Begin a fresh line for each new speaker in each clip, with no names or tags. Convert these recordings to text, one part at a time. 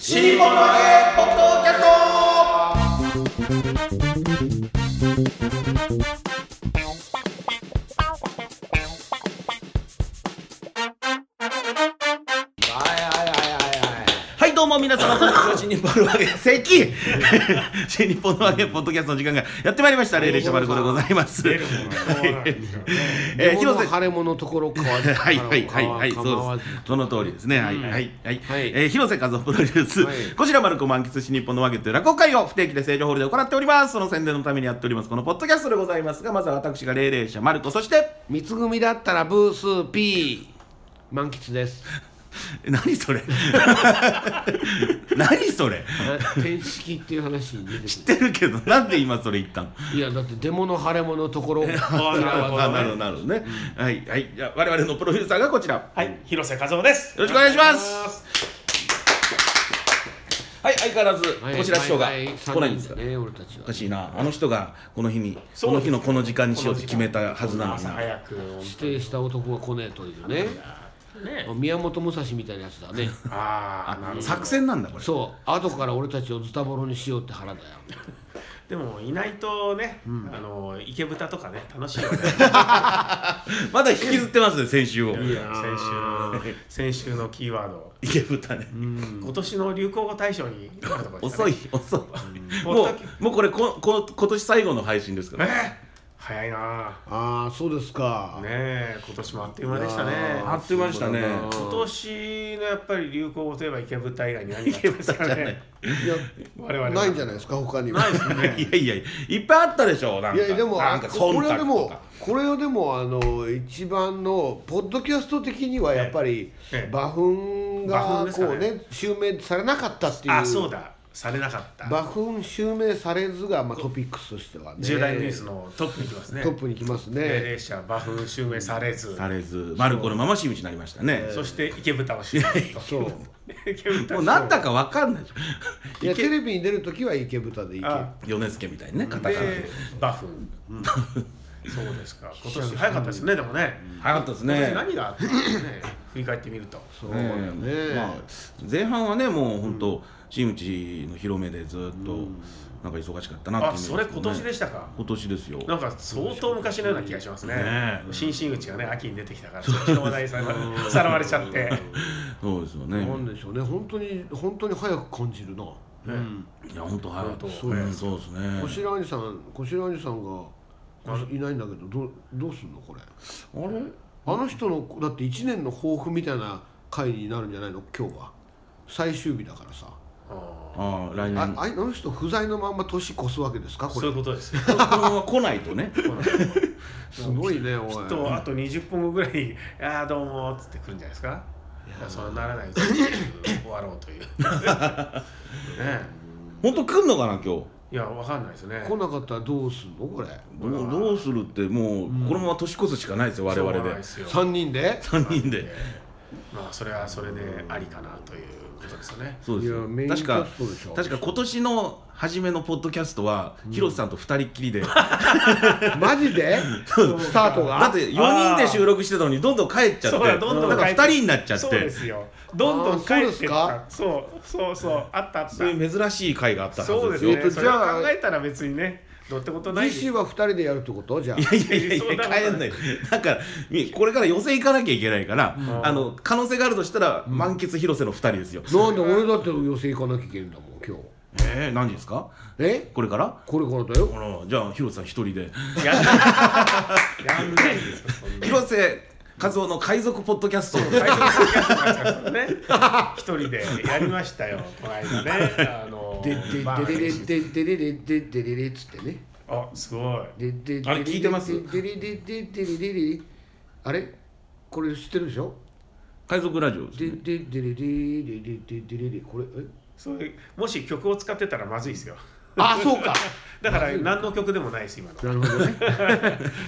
新本の家ポッドキャスト
はいはいはいはい
はいどうも皆様こんにちは新日本の揚げ関 新日本の揚げポッドキャストの時間がやってまいりました霊霊者丸子でございます
出るものが変わらないですからね
えー
日本
広
の
瀬
腫れ物ところ変わ
はいはいはいはい
構
そう
わず
ですその通りですねはいはいはい、
はい
えー広瀬和夫プロデュース、
はい
こちら丸子満喫し日本のワゲという落語会を不定期で成城ホールで行っておりますその宣伝のためにやっておりますこのポッドキャストでございますがまずは私が霊霊者丸子そして
三つ組だったらブース P 満喫です
何それ何それ
あ天式っていう話に出てく
知ってるけどなんで今それ言ったの
るいやだってデモの腫れ物のところ
あなるほど
あなるほどなるほどね、はいはいじゃあ我々のプロデューサーがこちら
はい、広瀬和夫です。
よろしくお願いしますはい相変わらず
はい
こちら師匠が
毎回
来ないんですか
三人ね俺たちは
おかしいなあの人がこの日に
そ
こ
う
の
です
日のこの時間にしようって決めたはずなのに
朝
な
早く。
指定した男が来ねえというね
ね。
宮本武蔵みたいなやつだね
ああ、なるほど。
作戦なんだこれ
そう後から俺たちをズタボロにしようって腹だよ
でも、いないとね、あの、池豚とかね、楽しいよね。
まだ引きずってますね先週を
いいや先週、先週のキーワード。
池豚ね
今年の流行語大賞になるとこですか
遅
ね
い遅い
うん
もうもうこれここ今年最後の配信ですから
早いな
ああそうですか
あねえ、今年もあっという間でしたね。
あっという間でしたね
今年のやっぱり流行語といえば池豚以外に何があった
池
んです
豚
か
じゃない
ね。
い
我々は
やないんじゃないですか他にはないです
いやいやいっぱいあったでしょなん
い
か
やでも
なんか
こ
忖度
れはで
と
も
か
これはでもあの一番のポッドキャスト的にはやっぱり
ええ
馬糞
馬糞
が
です
こ
か
う
ね
ね襲名されなかったっていう
あ、そうだ。されなかった。
馬糞襲名されずがまあトピックスとしてはね
重大ニュースのトップに行きますね
トップに来ます
霊
ね
霊者馬風襲名されず
されずマルコのまま真打ちになりましたね
そして池豚を襲名と
そう
池豚
もうなんだかわかんないでし
いやテレビに出る時は池豚で池
あ
ょ米助みたいにね
で
肩から
馬風 そうです か今年早かったですねでもね
早かったです
今年
ね
何があったのかね振り返ってみると
そうだよ
ね
ね
まあ、前半はねもう本当真打ちの広めでずっとなんか忙しかったなって
あ
イメージ
それ今年で
し
したか
今年ですよ
なんか相当昔のような気がしますね
ねえ
新真打ちがね秋に出てきたからそっちの話題さらさらわれちゃって
そうですよね
なんでしょうね本当に本当に早く感じるな、うん
いや本当早かった
本当
そうですね
小白兄さん小白兄さんがこしいないんだけどどうどうすんのこれ
あれ
あの人のだって1年の抱負みたいな回になるんじゃないの今日は最終日だからさ、
あ
ああ来
あ
年
あの人不在のまんま年越すわけですか
ーそ
こ
う
れ
いうことですよ
このまま来ない とね
すごいねおい
きっとあと20分後ぐらいに 「ああどうも」っつって来るんじゃないですかいやそうならないうち に終わろう というねえ
本当来んのかな今日ど
いやわかんないですね
来なかったらどうすんのこれ
うどうするってもうこのまま年越すしかないですよ我
しょう
々
が
で
ないすよ
3人で
3人で
まあそれはそれでありかなということですよね
そうです
いや
よ
メイン
確か
キャストでしょ
確か今年の初めのポッドキャストは、広瀬さんと二人っきりでだ
マジでスタートが
って4人で収録してたのにどんどん帰っちゃって
そうだどんどん帰っ
から2人になっちゃっ
そう
て
で
そ
すよどんどん帰
あーそ
っ
うです
てっ
か
たそうそうそうあったあった
ういう珍しい回があった
そ
は
う
ず
で
ですす
ねそ
よ
えっとじ
れを
ゃあ
考えたら別にねどうってことないです
次 c は2人でやるってことじゃあ
いやいやいや
そうだから
帰んないなんかみこれから寄席行かなきゃいけないから、
ん
あの可能性があるとしたら、満喫広瀬の2人ですよ、
なんで俺だって寄せ行かなきゃいけないんだもん今日
えー、何時ですか
え
これから
これからだよ
あらじゃあ広瀬さん一人で
やんないやんないですよそんな
広瀬和夫の海賊ポッドキャスト
最初のポッドキャストなんですからね一人でやりましたよこの間ねあの
でで
まあ
ででででででででででっつってね
あすごい
でで
あれ聞いてます
でででででででであれこれ知ってるでしょ
海賊ラジオです
で
ね
ででででででででででこれえ
そういうもし曲を使ってたらまずいですよ
あそうか
だから何の曲でもないです今の
なるほどね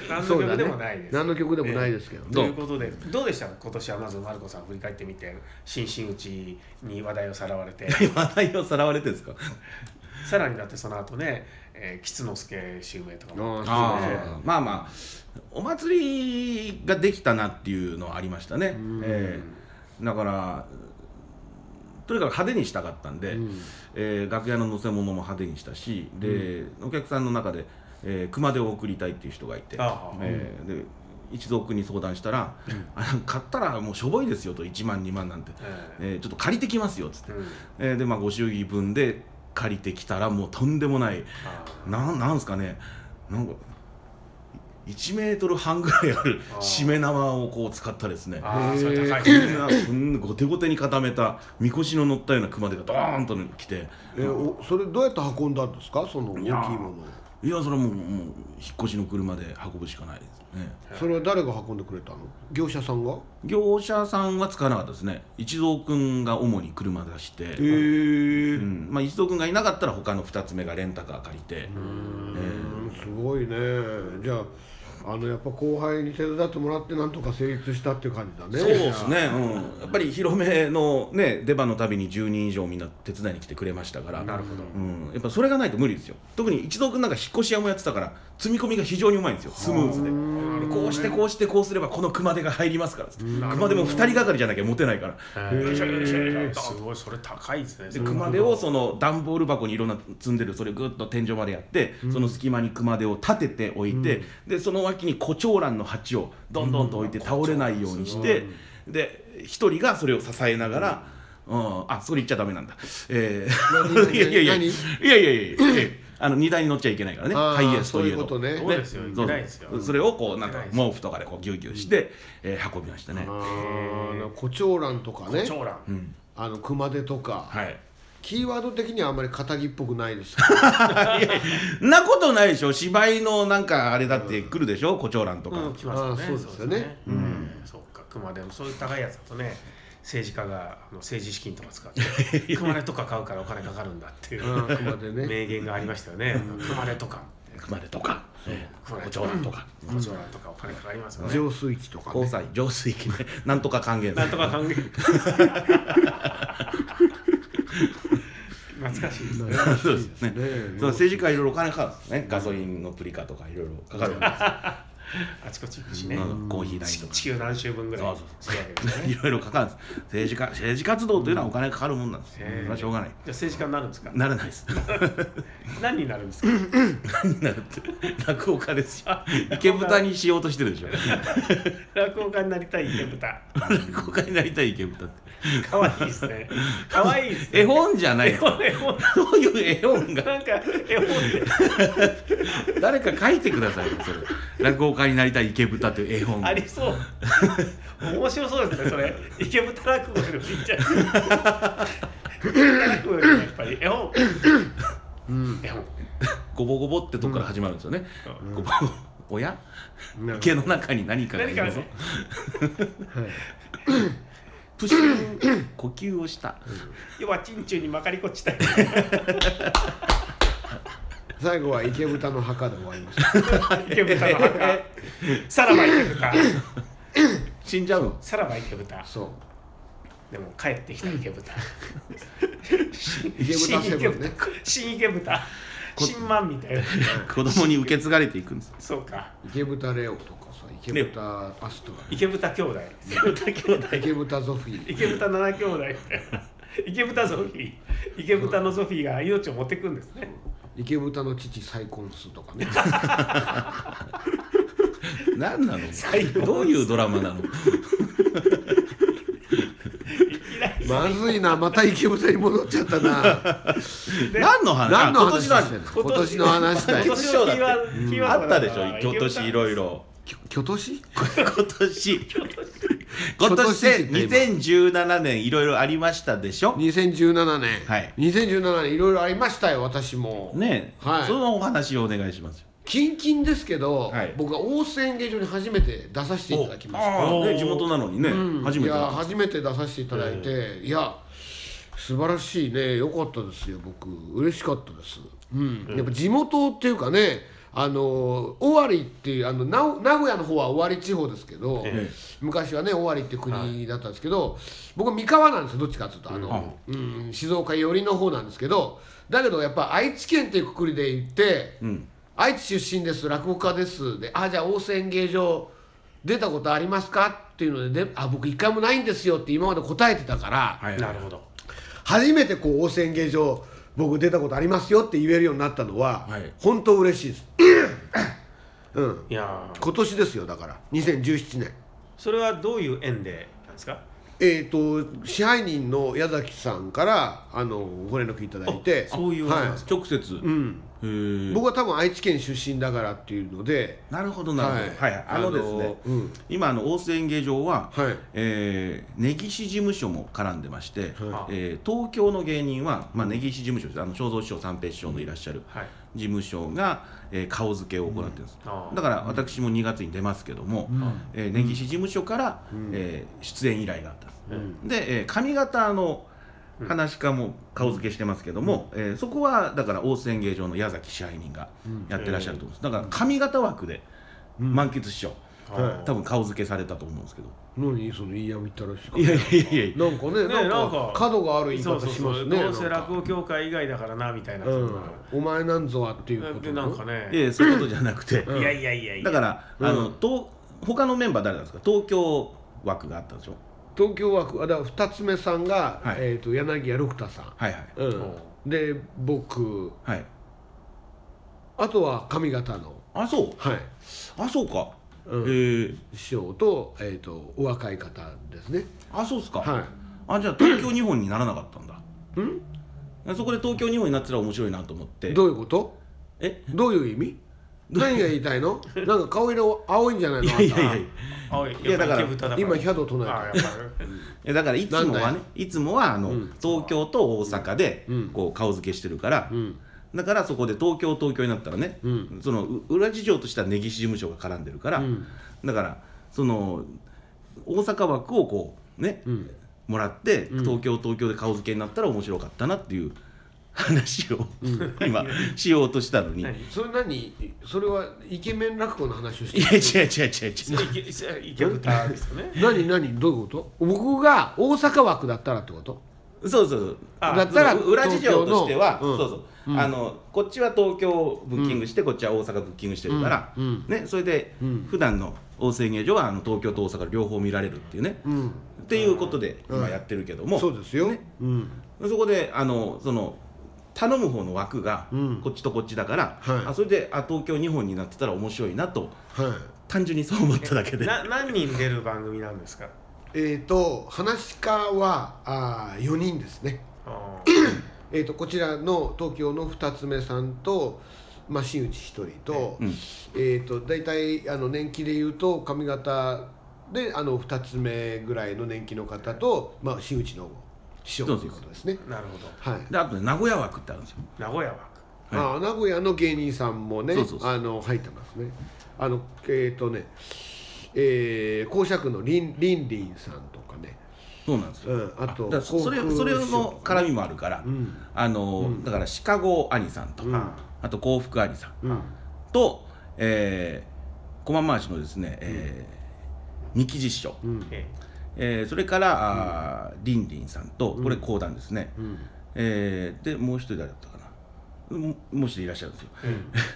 何の
そう
曲
だ
でもない
ね
です、
何の曲でもないですけど
とい
ね
うことでどうでした今年はまずマルコさん振り返ってみて新真打ちに話題をさらわれて
話題をさらわれてるんですか
さらにだってその後ね、えー、吉之助襲名とかも
あ
そうね
あまあまあお祭りができたなっていうのはありましたね、ええだからとにかく派手にしたかったんで、
うん
えー楽屋の載せ物も派手にしたしで、お客さんの中で、えー熊手を送りたいっていう人がいて、
ああ
えーで一蔵君に相談したら「あの買ったらもうしょぼいですよ」と1万2万なんて、
え
えーちょっと祝儀借りてきますよ」っつって、
えうん
えーでまあご祝儀分で借りてきたらもうとんでもない
あ
なんなんすかねなんか1メートル半ぐらいある
あー
しめ縄をこう使ったですね
ーあーそれ高いですね
そんなごてごてに固めたみこしの乗ったような熊手がドーンと来て
えおそれどうやって運んだんですかその大き
い
い
やー
ものを
いやそれはもうもう引っ越しの車で運ぶしかないですね
それは誰が運んでくれたの業者さんが
業者さんは使わなかったですね一蔵君が主に車出して、
ええ
うんまあ、一蔵君がいなかったら他の2つ目がレンタカー借りて、
うんすごいねじゃああのやっぱ後輩に手伝ってもらってなんとか成立したっていう感じだね
そうですね、うん、やっぱり広めの、ね、出番のたびに10人以上みんな手伝いに来てくれましたから
なるほど
うん、やっぱそれがないと無理ですよ特に一蔵君なんか引っ越し屋もやってたから積み込みが非常にうまいんですよスムーズででこうしてこうしてこうすればこの熊手が入りますからっつって熊手も2人がかりじゃなきゃ持てないから
ええよいしょよいしょよいしょすごいそれ高いですね
で
それ
熊手をその段ボール箱にいろんな積んでるそれぐっと天井までやって、その隙間に熊手を立てておいて、でその脇に胡蝶蘭の鉢をどんどんと置いて倒れないようにして、で一人がそれを支えながら、うんあそれ言っちゃダメなんだ、えー、
何
いやいやいやい
何
やいやいやいやいやあの荷台に乗っちゃいけないからね
あー
ハイエースといえど
そういうことね
そうですよいけないですよ
そうそれをこうなん
いけ
か
ないです
毛布とかでこうギュギュして、えー運びましたね
あー胡蝶蘭とかね
長蘭
うん
あの熊手とか、
はい
キーワード的にはあんまり仇っぽくない ですけど
なことないでしょ芝居のなんかあれだって来るでしょ胡蝶蘭とか、
うん来ますよね
あーそうです
そ
よね
うですうんそうか熊手もそういう高いやつだとね政治家があの政治資金とか使って熊手とか買うからお金かかるんだっていう
あー熊手ね
名言がありましたよね熊手とか
熊手とか
熊手
胡蝶蘭とか
胡蝶蘭とかお金かかりますよね
浄水器とか
交
ね
際浄水器ね なんとか還元
なんとか 還元懐かしいですね
そうですね
ねえ
そう政治家はいろいろお金かかるんですねガソリンのプリカとかいろいろかかるわ
あちこち行くし
けで
ね
す、うん、コーヒー代
地
と
地球何周分ぐらい
そう
するわけです
か
ね
いろいろかかるんです政治家政治活動というのはお金かかるもんなんですそ
へえ
れはしょうがない
じゃあ政治家になるんですか
ならないです
何になるんですか
何になるって落語家ですよ池豚にしようとしてるでしょ
落語家になりたい池 豚
落語家になりたい池豚って
可愛いですね可愛いですね
絵本じゃない
絵本絵本
そういう絵本が
なんか絵本で
誰か書いてくださいよそれ落語家になりたい池豚という絵本
ありそう面白そうですねそれ池豚落語よりもいいんじゃない池豚落語よりもやっぱり絵本
うん
絵本
ごぼごぼってとこから始まるんですよね、
う
ごぼごぼおや
なんか
池の中に何かがい
何
る
か
の
ね
はい
プシュー呼吸をした
要はチンチュにまかりこちたい
最後は池豚の墓で終わりました
池豚の墓さらば池豚
死んじゃうの
さらば池豚
そう
でも帰ってきた池豚
池豚セブンね
新池豚新満みたいな
子供に受け継がれていくんです
そうか
池豚レオとかさ池豚アストラ
池豚兄弟池豚兄弟
池豚ゾフィ ー
池豚七兄弟みたいな池豚ゾフィー池豚のゾフィーが命を持ってくんですね
池豚の父再婚数とかね
何な
最後
のどういうドラマなの
まずいなまた池豚に戻っちゃっ たな
何の話
何の話
あ
してん
今
の今年の話だ
今
よ
年のキーワードキーワー
あ
ド
っ
が
たでしょ今年いろいろ
きょ今年
今年
今
今
年
年
って
で
言った
2017年いろいろありましたでしょ
2017年、
はい
2017年いろいろありましたよ私も
ねえ、
はい
そのお話をお願いしますよ
近々ですけど、
はい
僕は大須演芸場に初めて出させていただきました
あー
おー
ね地元なのにね、
うん
初めて
いや
だった
初めて出させていただいて、いや素晴らしいね良かったですよ僕嬉しかったです、うんやっぱ地元っていうかねあの尾張っていうあのなお名古屋の方は尾張地方ですけど、
ええ
昔はね尾張っていう国だったんですけど、僕三河なんですよどっちかっていうとあの、うん、静岡寄りの方なんですけどだけどやっぱ愛知県っていうくくりで行って、
ん
愛知出身です落語家ですであじゃあ大須演芸場出たことありますかっていうのでであ僕一回もないんですよって今まで答えてたから、
はい
なるほど
初めてこう温泉芸場僕出たことありますよって言えるようになったのは、
はい
本当嬉しいですうん
いやー
今年ですよだから2017年
それはどういう縁でなんですか
えー、と支配人の矢崎さんからあのご連絡いただいて
あそういうことなん
は
です
直接、
いうん、
へー
僕は多分愛知県出身だからっていうので
なるほどなるほど、はいはいあのですね、
うん
今あの大須演芸場は、
はい
えー根岸事務所も絡んでまして、
はい
えー東京の芸人は、まあ、根岸事務所ですあの正蔵師匠三平師匠のいらっしゃる
はい
事務所が、えー顔付けを行ってるんです、
あー
だから私も2月に出ますけども、えー根岸事務所から、えー出演依頼があったんです、で、えー髪型の話家も顔付けしてますけども、えーそこはだから大須演芸場の矢崎支配人がやってらっしゃると思うんです、だから髪型枠で満喫師匠、
あー
多分顔付けされたと思うんですけど
何その言いやみったらしく
いやいやいやいや
なんかね
ね
なん
なんか
か角がある言い
そう
方
そう
し
そ
ます
う
ね
どうせ
なん
落
か
語協会以外だからなみたいな、
うん、お前なんぞはっていうこと
でなんかね、
いやそういうことじゃなくて、
うん
いやいやいやいや
だから、あのと他のメンバー誰なんですか東京枠があったんでしょ
東京枠あだから二つ目さんが、
はい
えー、と柳家六太さん、
はいはい
うん、で僕
はい
あとは髪型の
あそう
はい
あそうか、
うん
えー、
師匠と,、えー、とお若い方ですね
あそうっすか、
はい
あじゃあ東京日本にならなかったんだ
うん
そこで東京日本になってたら面白いなと思って
どういうこと
え
どういう意味何が言いたいのなんか顔色青いんじゃないの
いやいやいやい
あい
いやだから
あんた今ヒャド
あ
唱えた
やっぱり
やだからいつも
な
は
ん
ね
だよ
いつもはあの、
うん
東京と大阪で、
うん
こう顔付けしてるから、
うん
だからそこで東京東京になったらね、
うん
そのう裏事情としては根岸事務所が絡んでるから、
うん
だからその大阪枠をこうね、
うん
もらって東京東京で顔付けになったら面白かったなっていう話を、今しようとしたのに。いや
何
それ何それはイケメン落語の話をして
違
る
う違う違う違う
イケイケブタですよ ね
何何どういうこと僕が大阪枠だったらってこと
そうそうそう
あ
だったら
そう裏事情としては、
東京のうん
そうそう、あのこっちは東京ブッキングして、こっちは大阪ブッキングしてるから、
うんうん
ね、それで、
うん
普段の大制芸場はあの東京と大阪両方見られるっていうね、
うん
っていうことで
うん
今やってるけども、
そうですよ、
ね
うん
そこであのその頼む方の枠が
うん
こっちとこっちだから、
はい
あそれであ東京2本になってたら面白いなと
はい
単純にそう思っただ けで
な何人出る番組なんですか
えー、と話し家はあ4人ですね、
あ
えー、とこちらの東京の二つ目さんと、まあ、新内一人と,、
うん
えー、と大体あの年季で言うと髪型であの二つ目ぐらいの年季の方と、まあ、新内の師匠ということですね
ーなるほど
はい、
であとね名古屋枠ってあるんですよ
名古屋は
あー名古屋の芸人さんもね
そうそうそう
あの入ってますねあのえっ、とねえー、公爵のりんりんりんさんとかね、
そうなんですよ
うん、あと
だからそそれそれの絡みもあるから、
ん
あのだからシカゴ兄さんとか、
うん
あと幸福兄さん
み、うん
と、えー、駒回しのですね、えー、三木師匠、
うん
え
えーそれからあーリンリンさんとこれ講談ですね、
うん
えーでもう一人誰だったかなももう一人いらっしゃるんですよ、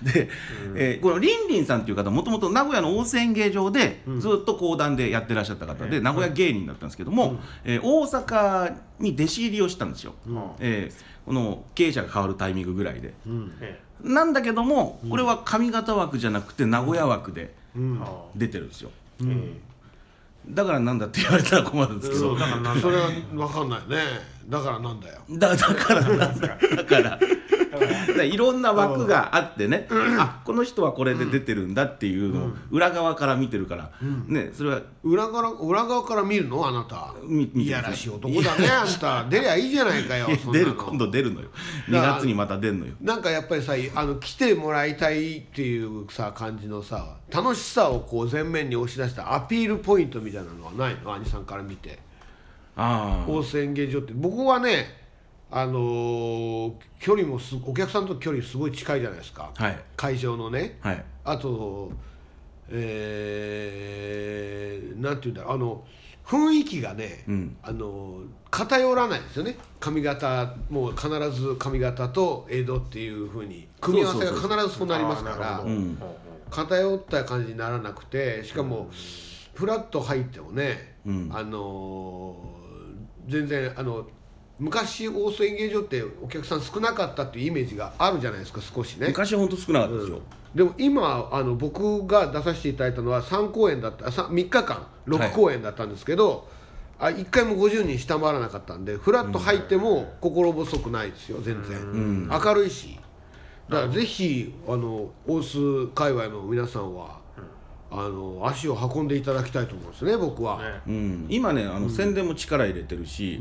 で、えーこのリンリンさんっていう方もともと名古屋の温泉芸場でずっと講談でやってらっしゃった方で、名古屋芸人だったんですけども、えー大阪に弟子入りをしたんですよ、
ん
えーこの経営者が変わるタイミングぐらいで
うん
え
なんだけども、これは上方枠じゃなくて名古屋枠で
うん
あー
出てるんですよ
え
だからなんだって言われたら困るんですけど
そうだからなんだ
それは分かんないねだからなんだよ
だだからなんだだから
だから
だからいろんな枠があってね、あこの人はこれで出てるんだっていうのを裏側から見てるから、ねそれは
裏から裏側から見るのあなた
み見てます
いやらしい男だねあんた出りゃいいじゃないかよそんな
出
の
る今度出るのよ2
だから
月にまた出るのよ
なんかやっぱりさあの来てもらいたいっていうさ感じのさ楽しさをこう前面に押し出したアピールポイントみたいなのはないの兄さんから見て
ああ
温泉芸場って僕はねあのー距離もすお客さんと距離すごい近いじゃないですか、
はい
会場のね
はい
あとえー、なんていうんだろうあの雰囲気がね、
うん
あの偏らないんですよね髪型もう必ず髪型と江戸っていうふうに組み合わせが必ずそうなりますか
あーなる
ら
ほど
うん
ほうほ
偏った感じにならなくてしかもフラッと入ってもね、
うん
あのー全然あの昔大須演芸場ってお客さん少なかったっていうイメージがあるじゃないですか少しね
昔は本当少なかったですよ、
でも今あの僕が出させていただいたのは3公演だった 3, 3日間
はい
6公演だったんですけど、あ1回も50人下回らなかったんでフラッと入っても心細くないですよ全然、明るいしだからぜひあの大須界隈の皆さんは、あの足を運んでいただきたいと思うんですね僕は、
ね
うん、今ねあの、宣伝も力入れてるし、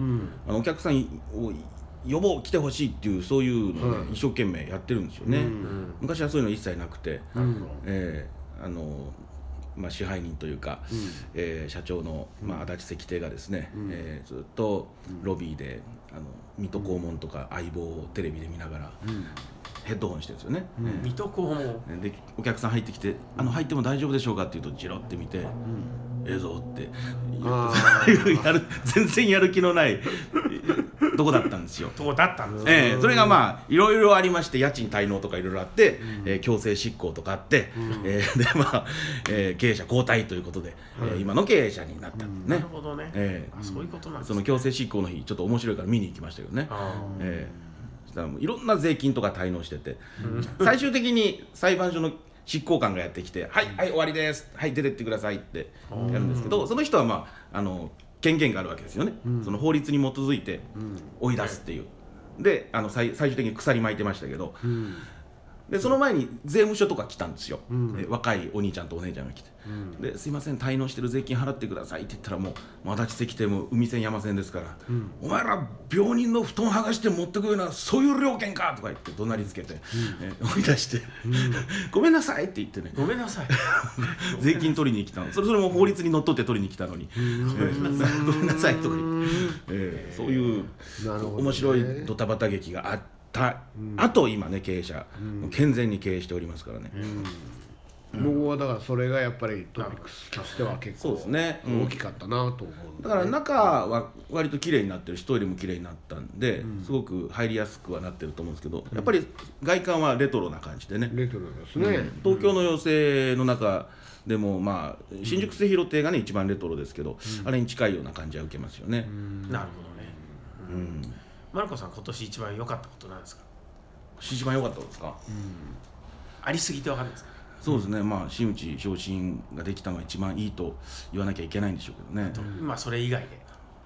あのお客さんを呼ぼう来てほしいっていうそういうのをね、一生懸命やってるんですよね、昔はそういうの一切なくて、えーあのまあ、支配人というか、えー社長の、まあ、足立石亭がですね、えーずっとロビーであの水戸黄門とか相棒をテレビで見ながら、ヘッドホンしてるんですよね、えー
水戸黄門
でお客さん入ってきて「あの入っても大丈夫でしょうか?」って言うとじろって見て「ええぞ」って
あ
言うやる全然やる気のないとこだったんですよ。
とだったんですね
ええそれがまあいろいろありまして家賃滞納とかいろいろあって、えー強制執行とかあって、えーでまあ、えー経営者交代ということで、えー今の経営者になったんで
な
ね
る、ほどね、
ええ
あそういうことなんです
その強制執行の日ちょっと面白いから見に行きましたけどね。
あー
ええそしたらもういろんな税金とか滞納してて、最終的に裁判所の執行官がやってきて「はいはい終わりですはい出てってください」ってやるんですけどその人はまああの権限があるわけですよね、その法律に基づいて追い出すっていう、であの最最終的に鎖巻いてましたけど、でその前に税務署とか来たんですよ、で若いお兄ちゃんとお姉ちゃんが来て、ですいません滞納してる税金払ってくださいって言ったらもうもう足立石亭も海線山線ですから、お前ら病人の布団剥がして持ってくようなそういう料金かとか言って怒鳴りつけて、え追い出して、ごめんなさいって言ってね
ごめんなさい
税金取りに来たのそれそれも法律にのっとって取りに来たのに、えー ごめんなさいとか言って、えーそういう
なるほどね
面白いドタバタ劇があった、あと今ね経営者、健全に経営しておりますからね、
僕はだからそれがやっぱりトピックスとしては結
そう
構
ですねうん
大きかったなと思う
だから中は割と綺麗になってるしトイレも綺麗になったんで、すごく入りやすくはなってると思うんですけどやっぱり外観はレトロな感じでね、
レトロですね、
東京の寄席の中でもまあ新宿末広亭がね一番レトロですけど、あれに近いような感じは受けますよね、
なるほどねマルコさん今年一番良かったことなんですか
一番良かったですか、
ありすぎてわかんないですか
そうですねまあ真打ち昇進ができたのが一番いいと言わなきゃいけないんでしょうけどね
とまあそれ以外で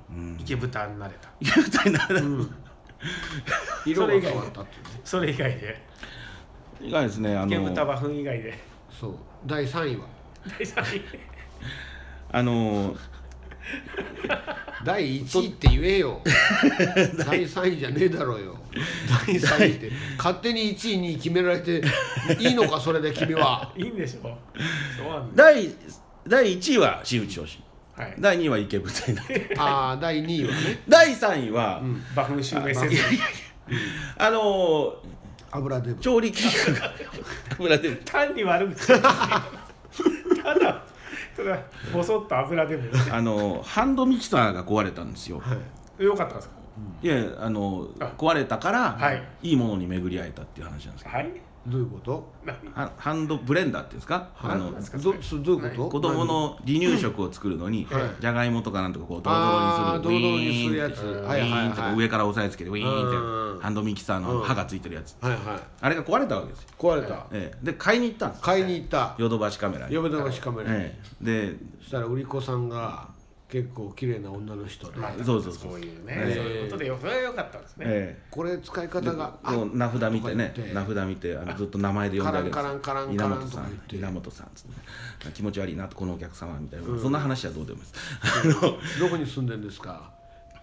うん
池豚になれた
みたいな
色が変わったっていうね
それ以外で
以外ですねあ
池豚
の
馬糞以外で
そう第3位は
第三位
あの
第1位って言えよ第3位じゃねえだろうよ第3位って勝手に1位に決められていいのかそれで君は
いいんでしょ そうなんだ
第第1位は真打ち昇進
はい
第2位は池豚にな って
ああ第2位はね
第3位は、
馬糞襲名せずに
あの
油で
ー調理器具が油で
単に悪口ただただボソッと油でも
あのーハンドミキサーが壊れたんですよ、
よかったんですか
い、やあのー
あ
壊れたから、、
はい
いものに巡り会えたっていう話なんですけど
はい
どういうこと
何
はハンドブレンダーっていうんですか、あの
なんですか
どそどういうこと
子供の離乳食を作るのに、
はい
じゃがいもとかなんとかこうドロ
ああ
ド
堂
ロ
々
に
に
す
す
るウィーン
るや
って
つはいはい
ウィーンってこう
はい
上から押さえつけてウィーンっ
うん
てハンドミキサーの刃がついてるやつ、
はいはい
あれが壊れたわけですよ、
壊れた
ええで買いに行ったんです
買いに行った
ヨドバシカメラに、
呼べたのしかめない、
ええで
そしたら売り子さんが結構綺麗な女の人で、
まあ
そうそうそう
そういうね、
ええ
そういうことでよそれは良かったんですね、
え
これ使い方
えで
が
こう名札見てね
とか言って
名札見てあのずっと名前で呼んであげる
カランカランカランカ
稲
ラン
本
と
さ
か言
ん
って
稲本さんつってね気持ち悪いなとこのお客様みたいな、そんな話はどうでもいいですあの
どこに住んでんですか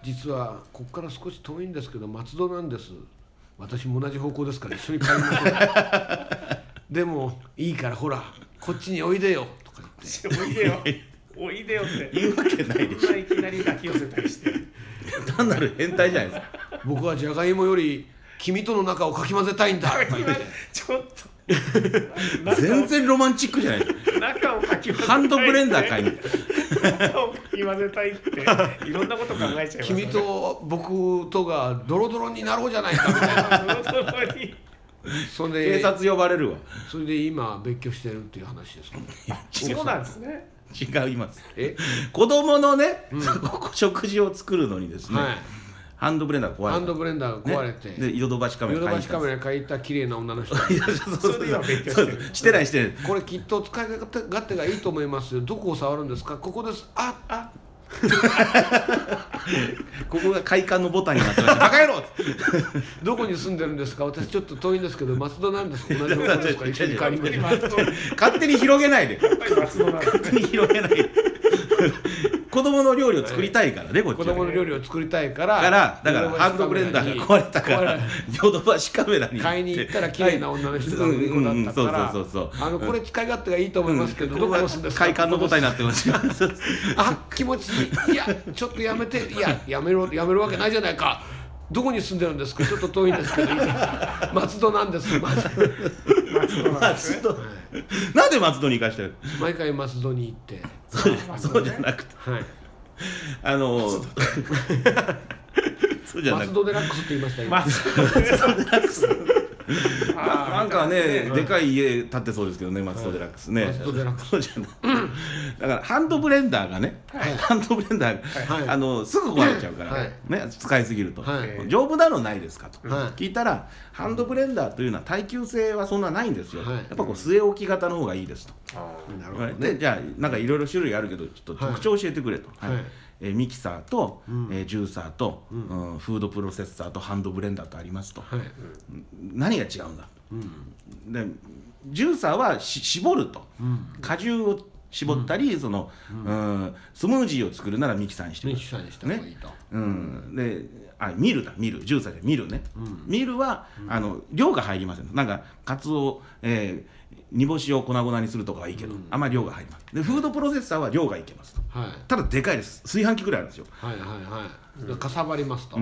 実はここから少し遠いんですけど松戸なんです私も同じ方向ですから一緒に帰り ましょうでもいいからほらこっちにおいでよとか言って
おいでよおいでよって
言うわけないでし
そんないきなり抱き寄せたり して
ょ単なる変態じゃない ですか
僕はじゃがいもより君との中をかき混ぜた いんだとか言って
ちょっと
全然ロマンチックじゃないですか
中をかき混ぜたいって
ハンドブレンダー買いに
中をかき混ぜたいっていろんなこと考えちゃいますよね
君と僕とがドロドロになろうじゃないかみたいな
その通り
それ
警
で
察呼ばれるわ
それで今別居してるっていう話ですけど
そうなんですね
違います
え
子供のね、お食事を作るのにですね、
はい
ハンドブレンダー壊れた
ハンドブレンダーが壊れて、
ね、でヨドバシカメ
ヨ
ラ
ド
買いに
バシ
行ったんで
カメラに借りた綺麗な女 の人
すそう
それで今勉強し
そ
て
う
る
してないしてない
これきっと使い勝手がいいと思いますよどこを触るんですかここですああ
ここが快感のボタンになってま した バカ野郎って
どこに住んでるんですか私ちょっと遠いんですけど松戸なんです同じ男です から一緒に借りて
やっぱり
勝手に広げないで
松戸なんだ
勝手に広げないで子供の料理を作りたいからねこっち
子
は
供の料理を作りたいから
からだからハンドブレンダーが壊れたからヨドバシカメラに
買いに行ったら綺麗な女の人が売り子だったから、
うんうんそうそうそうそう
あのこれ使い勝手がいいと思いますけど、どこに住んでる
快感のボタンに
な
なって ますよそう
あ気持ちいいいやちょっとやめていややめろやめるわけないじゃないかどこに住んでるんですかちょっと遠いんですけど いい松戸なんです松戸
松戸なんだ
松戸なんで松戸に行かしてる
毎回松戸に行って
松戸
そうじゃ
ね
なくて
はい
あの そうじゃなく
松
て
戸デラックスって言いましたよ、
松戸
なんかね、でかい家建ってそうですけどね、松戸デラックスね。
松戸デラック
そうじゃない。だからハンドブレンダーがね、ハンドブレンダーが、
はい
あのすぐ壊れちゃうから、
はい
ね使いすぎると、
はい
丈夫なのないですかと、
はい
聞いたらハンドブレンダーというのは耐久性はそんなないんですよ。
はい
やっぱこう据え置き型の方がいいですと。
なるほどね
でじゃあなんかいろいろ種類あるけどちょっと特徴教えてくれと、
はいはい
えーミキサーと、えージューサーと、うんフードプロセッサーとハンドブレンダーとありますと、
はい
何が違うんだ、でジューサーはし絞ると、果汁を絞ったり、その、うんスムージーを作るならミキサーにして
ミ
く
キサーにした方がいいと、
うん、であミルだミルジューサーじゃミルね、ミルは、あの量が入りませんなんかカツオ、えー煮干しを粉々にするとかはいいけど、あんまり量が入りますでフードプロセッサーは量がいけますと
はい
ただでかいです炊飯器くらいあるんですよ
はいはいはい、かさばりますと、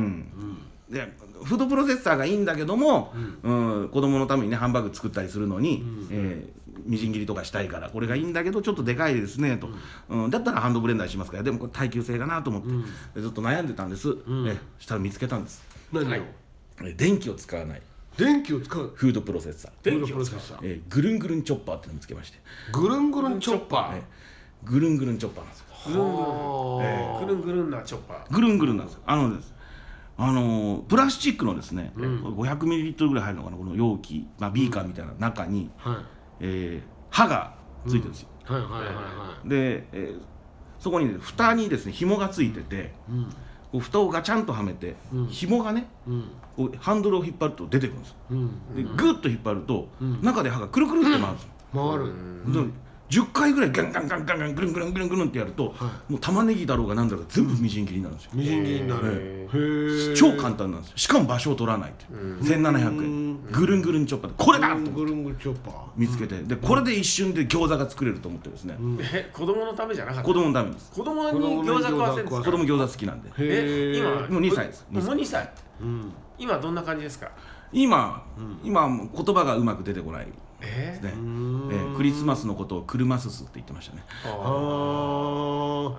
でフードプロセッサーがいいんだけども、うん子供のためにねハンバーグ作ったりするのに、えーみじん切りとかしたいからこれがいいんだけどちょっとでかいですねと、うんだったらハンドブレンダーにしますからでもこれ耐久性がなと思って、でずっと悩んでたんです、えしたら見つけたんです
何を、
はい
えー電気を使わない
電気を使う
フードプロセッサー、
電気を使う
えーぐるんぐるんチョッパーってのを見つけまして、
ぐるんぐるんチョッパー、
えーぐるんぐるんチョッパーなんですよ
ぐるんぐるんえー
はあ
ぐるんぐるんなチョッパー
ぐるんぐるんなんですよあのですあのープラスチックのですね、500ミリリットルぐらい入るのかなこの容器、まあ、ビーカーみたいな中に、
はい
えー歯がついてるんですよ、
はいはいはいは
で、えーそこにね蓋にですね紐がついてて、
い。うん
こう蓋をガチャンとはめて、紐がね
うん
こうハンドルを引っ張ると出てくるんですよ
うん。
でグッと引っ張ると、中で歯がくるくるって回るんですよ、
回る。
で10回ぐらいガンガンガンガンガンぐるんぐるんぐるんぐるんってやると、
は
もう玉ねぎだろうがなんだろうが全部みじん切りになるんですよ、
みじん切りになる。へえ。
超簡単なんですよしかも場所を取らないって、1700円ぐるんぐるんチョッパーでこれだと思って
ぐるんぐるんチョッパー。
見つけてでこれで一瞬で餃子が作れると思ってですね、
え子供のためじゃなかった
子供のためです
子供に餃子食わせるんです
子
か
供餃子好きなんで
え
へえ。
今
もう二歳です
もう2歳
うん。
今どんな感じですか
今、今もう言葉がうまく出てこないで
え
す
ー
ね、えークリスマスのことをクルマススって言ってましたね
あ
あ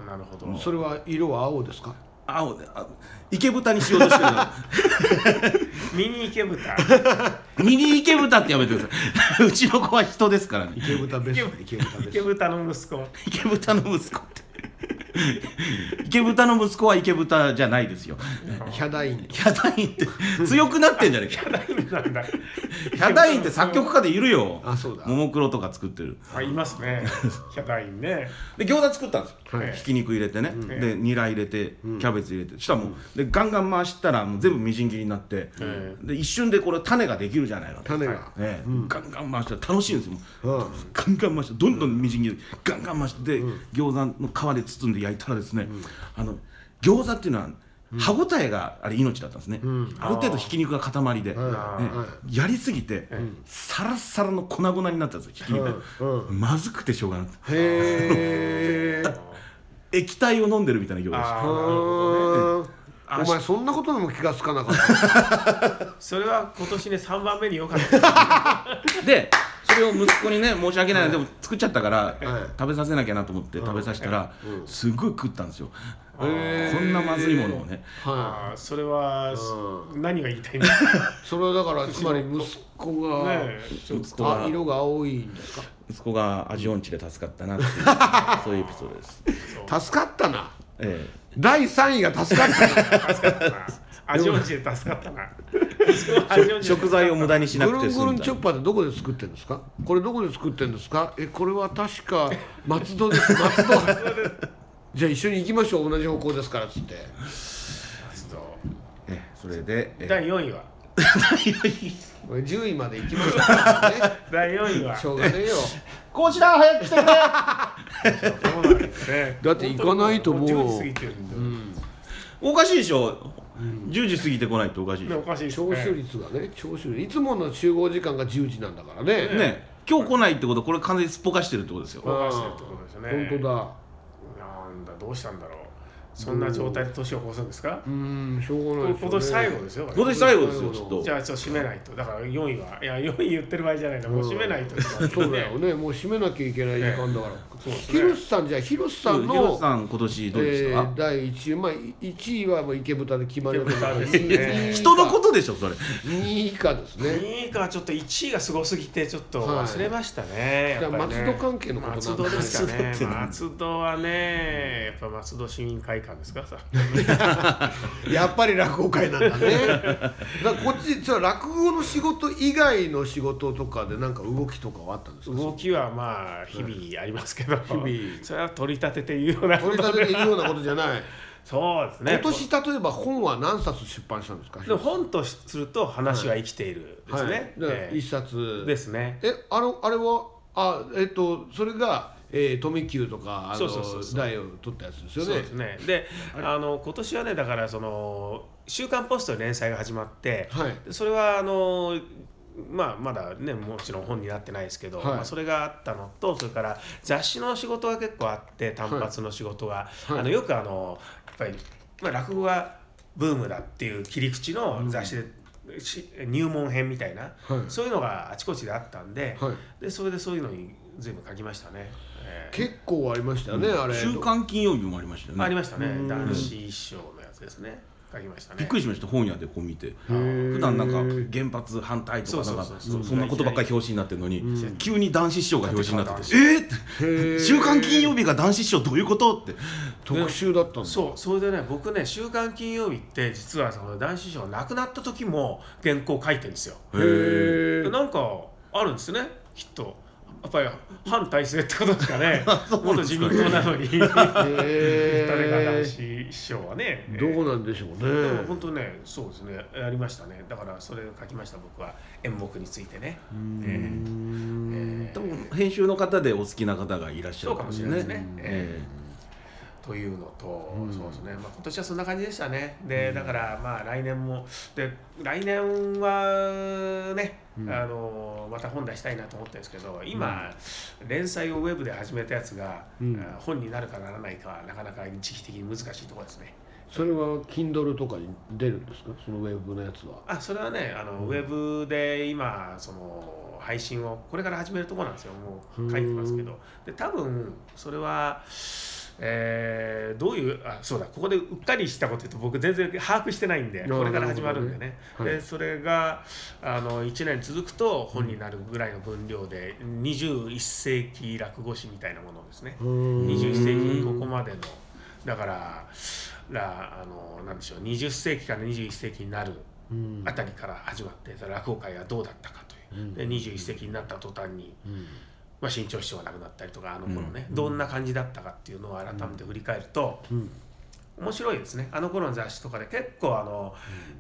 なるほど
あ。それは色は青ですか。
青であ池豚にしようとしてる な
ミニ池豚
ミニ池豚ってやめてください うちの子は人ですからね
池豚ベスト。池豚ベ
池
スト。
豚の息子
池豚の息子って池豚の息子は池豚じゃないですよ
ヒャダイン。
ヒャダインって強くなってんじゃねえか
なんだ
ヒャダインって作曲家でいるよ
あそうだ
ももクロとか作ってる
あいますねヒャダインね
で餃子作ったんですよ、
はい
ひき肉入れてね、でニラ入れてキャベツ入れてしたらもう、でガンガン回したらもう全部みじん切りになって、
え
で一瞬でこれ種ができるじゃないの、
種が。
ええガンガン回したら楽しいんですよもう
うん。
ガンガン回してどんどんみじん切りガンガン回して、餃子の皮で包んで焼いたらですね、あの餃子っていうのは歯ごたえがあれ命だったんですね、ある程度ひき肉が塊で、
は
ねやりすぎて、サラッサラの粉々になったんですよひき
い。う
肉、
ん。うん。
まずくてしょうがなくて
へえ。
液体を飲んでるみたいな餃子でし
あ
た
あなるほどね
お前そんなことにも気がつかなかった。
それは今年ね3番目に良かった
でそれを息子にね申し訳ないな、でも作っちゃったから、
い
食べさせなきゃなと思って食べさせたら、すごい食ったんですよ、
へえ
こんなまずいものをね
は
あーそれは
う
何が言いたいんですかね
い。それはだからつまり息子が。
えちょっと
人は
あ、色が青いんです
息子が味音痴で助かったなっていう そういうエピソードです、
か。助かったな。
え
第三位が助かったな。
助かったな味音痴で助かったな一応味音痴で助かった
食材を無駄 にしな
ぐ
く
る
て
んぐ
済
る
ん
ん
だ
チョッパーってどこで作ってるんですかこれどこで作ってるんですかえこれは確か松戸です 松戸じゃあ一緒に行きましょう同じ方向ですからっつって
えそれでえ
第4位は
これ10位まで行きまし ょうからね
第4位は
しょうがねえよ
こちら早く来てくれ
そうなんですね
だって行かない とも
本
う
当に10過ぎてるんで、
おかしいでしょ10時過ぎてこないとおかしいで
ね
し
おかしいです
聴
ね
取率がね聴取率いつもの集合時間が10時なんだからね
ょね今日来ないってことはこれ完全にすっぽかしてるってことですよ
おかしいってことですね
本当だ
なんだどうしたんだろうそんな状態で年を越すんですか
うーんしょうがないですよね
今年最後ですよこれ
今年最後ですよきっと
じゃあちょっと締めないとだから4位はいや4位言ってる場合じゃないなもう締めないと
そうだよねもう締めなきゃいけない時間だから、
そうですね
ヒロシさんじゃあヒロシさんの
ヒロさん今年どうでした
えー第1位まあ1位はもう池豚で決まりだけど
池豚ですね
2位
人のことでしょそれ
2位以下ですね
2位かちょっと1位がすごすぎてちょっと忘れましたね,、
はい
やっぱりね
松戸関係のことなんです
松戸ですかね
松戸って
松戸はねやっぱ松戸市民会館ですかさ
やっぱり落語会なんだねだからこっち実は落語の仕事以外の仕事とかでなんか動きとかはあったんですか
動きはまあ日々ありますけど、
日々
それは取り立てて言うようなこ
取
と
り立てているようなことじゃない、
そうですね
今年例えば本は何冊出版したんですか
でも本とすると話は生きているですね、
はい、だから
ええ
一冊
ですね
えあのあれはあえっとそれが、えー、富久とかあの
そうそうそうそう
台を取ったやつですよ
そう
ね
ですねであの今年はねだからその「週刊ポスト」連載が始まって、
はい
でそれはあのまあまだねもちろん本になってないですけど、
はい
まあ、それがあったのとそれから雑誌の仕事が結構あって単発の仕事が、
はい
あのよくあのやっぱり、まあ、落語がブームだっていう切り口の雑誌で、し入門編みたいな、
はい
そういうのがあちこちであったんで,、
はい
でそれでそういうのに随分書きましたね。ええ
結構ありましたよね、あれ
週刊金曜日もありましたよ
あり
ね
ましたね
うん
男子一生のやつですね書きましたね
びっくりしました本屋でこう見て
普
普段なんか原発反対とかなんか
そうそうそうそう
そんなことばっかり表紙になってるのに
うん
急に男子師匠が表紙になってて「
う
えっ!」 って「週刊金曜日が男子師匠どういうこと?」って
特集だったんだ
そうそれでね僕ね「週刊金曜日」って実はその男子師匠亡くなった時も原稿書いてるんですよ
へえ
へえ
なんかあるんですねきっとやっぱり反体制ってことですかね元自民党なのに誰か男子師匠はね
どうなんでしょう
でも
ね
本当ねそうですねやりましたねだからそれを書きました僕は演目についてねええええ
多分編集の方でお好きな方がいらっし
そ
ゃ
うか
るか
も
も
し
し
れなで
れないいですす
ね
ね。、
え
え
えというのと、
うん
そうですね、まあ、今年はそんな感じでしたねで、だからまあ来年もで来年はね、
うん
あのまた本出したいなと思ってるんですけど今、連載をウェブで始めたやつが、
うん
あ本になるかならないかはなかなか時期的に難しいところですね
それは Kindle とかに出るんですかそのウェブのやつは
あそれはねあの、ウェブで今その配信をこれから始めるところなんですよもう書いてますけどで多分それは、えーどういうあそうだここでうっかりしたこと言うと僕全然把握してないんで
あー
これから始まるんでね
なるほどねは
で
い
それがあの1年続くと本になるぐらいの分量で21世紀落語史みたいなものですね。21
21
世紀にここまでのだかららあのなんでしょう20世紀から21世紀になる
うん
あたりから始まってその落語界はどうだったかという、で21世紀になった途端に、
うん
まあ、新潮師匠が亡くなったりとかあの頃ね、どんな感じだったかっていうのを改めて振り返ると、
うん
面白いですねあの頃の雑誌とかで結構あの、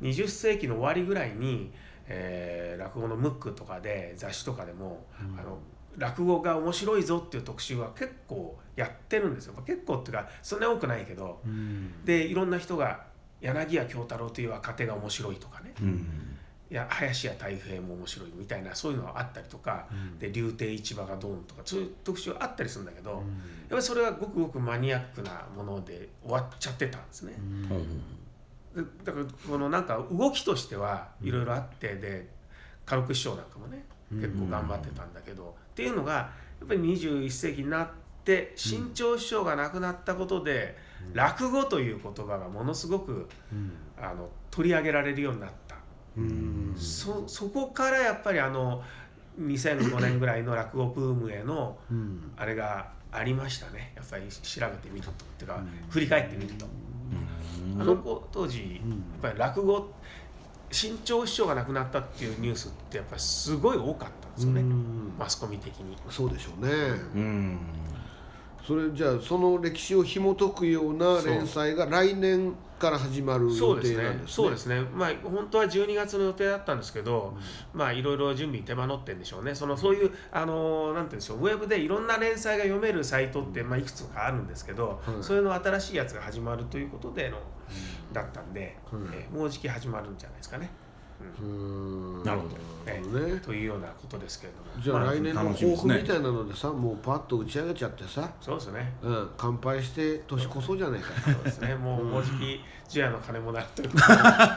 20世紀の終わりぐらいに、えー落語のムックとかで雑誌とかでも、あの落語が面白いぞっていう特集は結構やってるんですよまあ結構っていうかそんなに多くないけど
うん
でいろんな人が柳家京太郎という若手が面白いとかね、
えうん
いや林家たい平も面白いみたいなそういうのはあったりとか、で竜亭市場がどうのとかそういう特集はあったりするんだけど、やっぱりそれはごくごくマニアックなもので終わっちゃってたんですね。でだからこのなんか動きとしてはいろいろあってで軽く師匠なんかもね結構頑張ってたんだけど、っていうのがやっぱり21世紀になって新潮師匠が亡くなったことで、落語という言葉がものすごくあの取り上げられるようになった。
うん
そそこからやっぱりあの2005年ぐらいの落語ブームへの
うん
あれがありましたねやっぱり調べてみるとっていうか振り返ってみると、あの子当時やっぱり落語新潮師匠が亡くなったっていうニュースってやっぱりすごい多かったんですよね
うん
マスコミ的に。
そうでしょうね
うん
それじゃあその歴史を紐解くような連載が来年から始まる
そ
予
うです
定
ね
なんですね
そうですね、まあ、本当は12月の予定だったんですけど、まあいろいろ準備に手間取ってるんでしょうね、そのそういう、あのーなんていうんでしょう、ウェブでいろんな連載が読めるサイトって、まあ、いくつかあるんですけど、
はい
そういうの新しいやつが始まるということでの、だったんで、
うん
えーもうじき始まるんじゃないですかね。
うーん
なるほど
な
え
るほど
ー
ね
というようなことですけれども、
じゃ
ま
あ来年の抱
楽
負
しみですね
みたいなのでさもうパッと打ち上げちゃってさ、
そうですね。
うん、乾杯して年越そうじゃないか
そうです ね、もう、もうじき、ジェアの金もなるという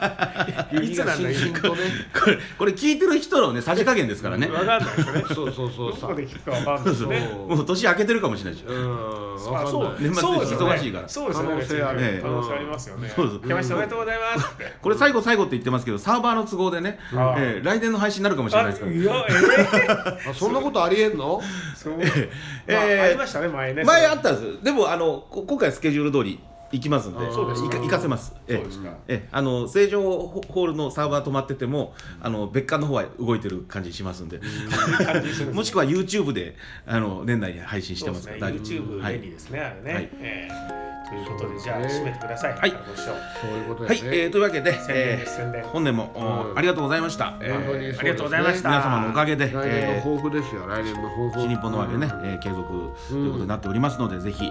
いつ
指が
なんだ、い
しんしんとね
これこれ聞いてる人のねさじ加減ですからね
分かんないですね。
そうそうそ
ど
うさ
こで聞くか分かんないですね。
そう
もう年明けてるかもしれないし
うーん
あ
わ
そ
か
うん
ない
年末
そうですよね
忙しいから
そうですよね。
可能性ある
別に
ええ
可能性ありますよね。
そうです
来ましたおめでとうございますって。
これ最後最後って言ってますけどサーバーの都合でね、
ああ
えー来年の配信になるかもしれないですから、
いやえ
あそんなことありえんの
えそう。
え
まあ
え
ありましたね前ね。
前あ
そ
ったんですよでもあのこ今回スケジュール通り行きますんで
あそうです
い
か
か行かせますえ
う
え
ですか。
ええあの正常ホホールのサーバー止まっててもあの別館の方は動いてる感じしますんで、 もしくは YouTube であの年内に配信して
そう
ま
ですす
か
ね。
ら大丈夫
YouTube
は
便
い
利ですねあれ
はい
ね。ええということでじゃあ締めてください。
はい
ご視聴
そういうこと
は
で
い
す、ね、
えーというわけで、
宣伝
え
です宣伝
ー。本年も、お
うん
ありがとうございました、えー
本当にそうですね
ありがとうございました。
皆様のおかげで、
来年の
えー
抱負ですよ、来年の抱負
新日本のわけね、えー継続ということになっておりますので、ぜひ、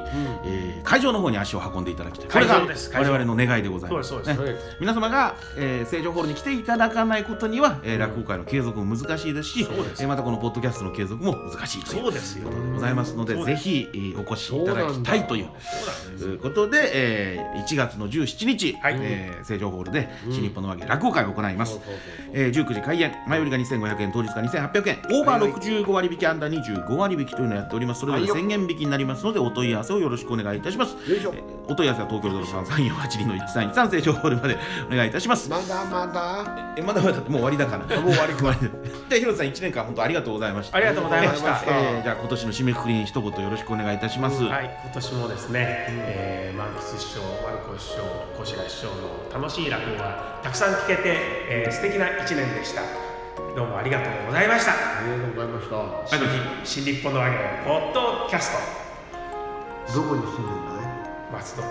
えー会場の方に足を運んでいただきたいこれが
会場です会
我
場
々の願いでございます
そうですそうです
ね
はい
皆様が、えー、成城ホールに来ていただかないことには、えー落語会の継続も難しいですし
そうです
えーまたこのポッドキャストの継続も難しいという
そうですよ
こと。でございますので
そう
ぜ
です
ひ、えーお越しいただきたいという
そうなんです。
ということで、えー1月の17日、
はい
えー成城ホールで新日本のわけ落語会を行います
そうそうそう
えー19時開演前売りが2500円当日が2800円オーバー65割引きアンダー25割引きというのをやっておりますそれぞれ
はいよ
1000円引きになりますのでお問い合わせをよろしくお願いいたします
よいしょ
えーお問い合わせは東京ドーム3348の1323成城ホールまでお願いいたします
まだまだ
えまだまだもう終わりだから
もう終わりか
終わ りだじゃあ広瀬さん1年間本当ありがとうございました
ありがとうございまし
ありがとうございま
た
し。た
えーじゃあ今年の締めくくりに一言よろしくお願いいたします、
はい、今年もですね、えー、満喫師匠、丸子師匠、小白師匠の楽しい落語がたくさん聞けて、えー、素敵な一年でした。どうもありがとうございました。
ありがとうございました
新新日本の揚げポッドキャス
どこに住んでんだい
ト松戸。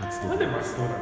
初
な
登
んで
場
松戸なの？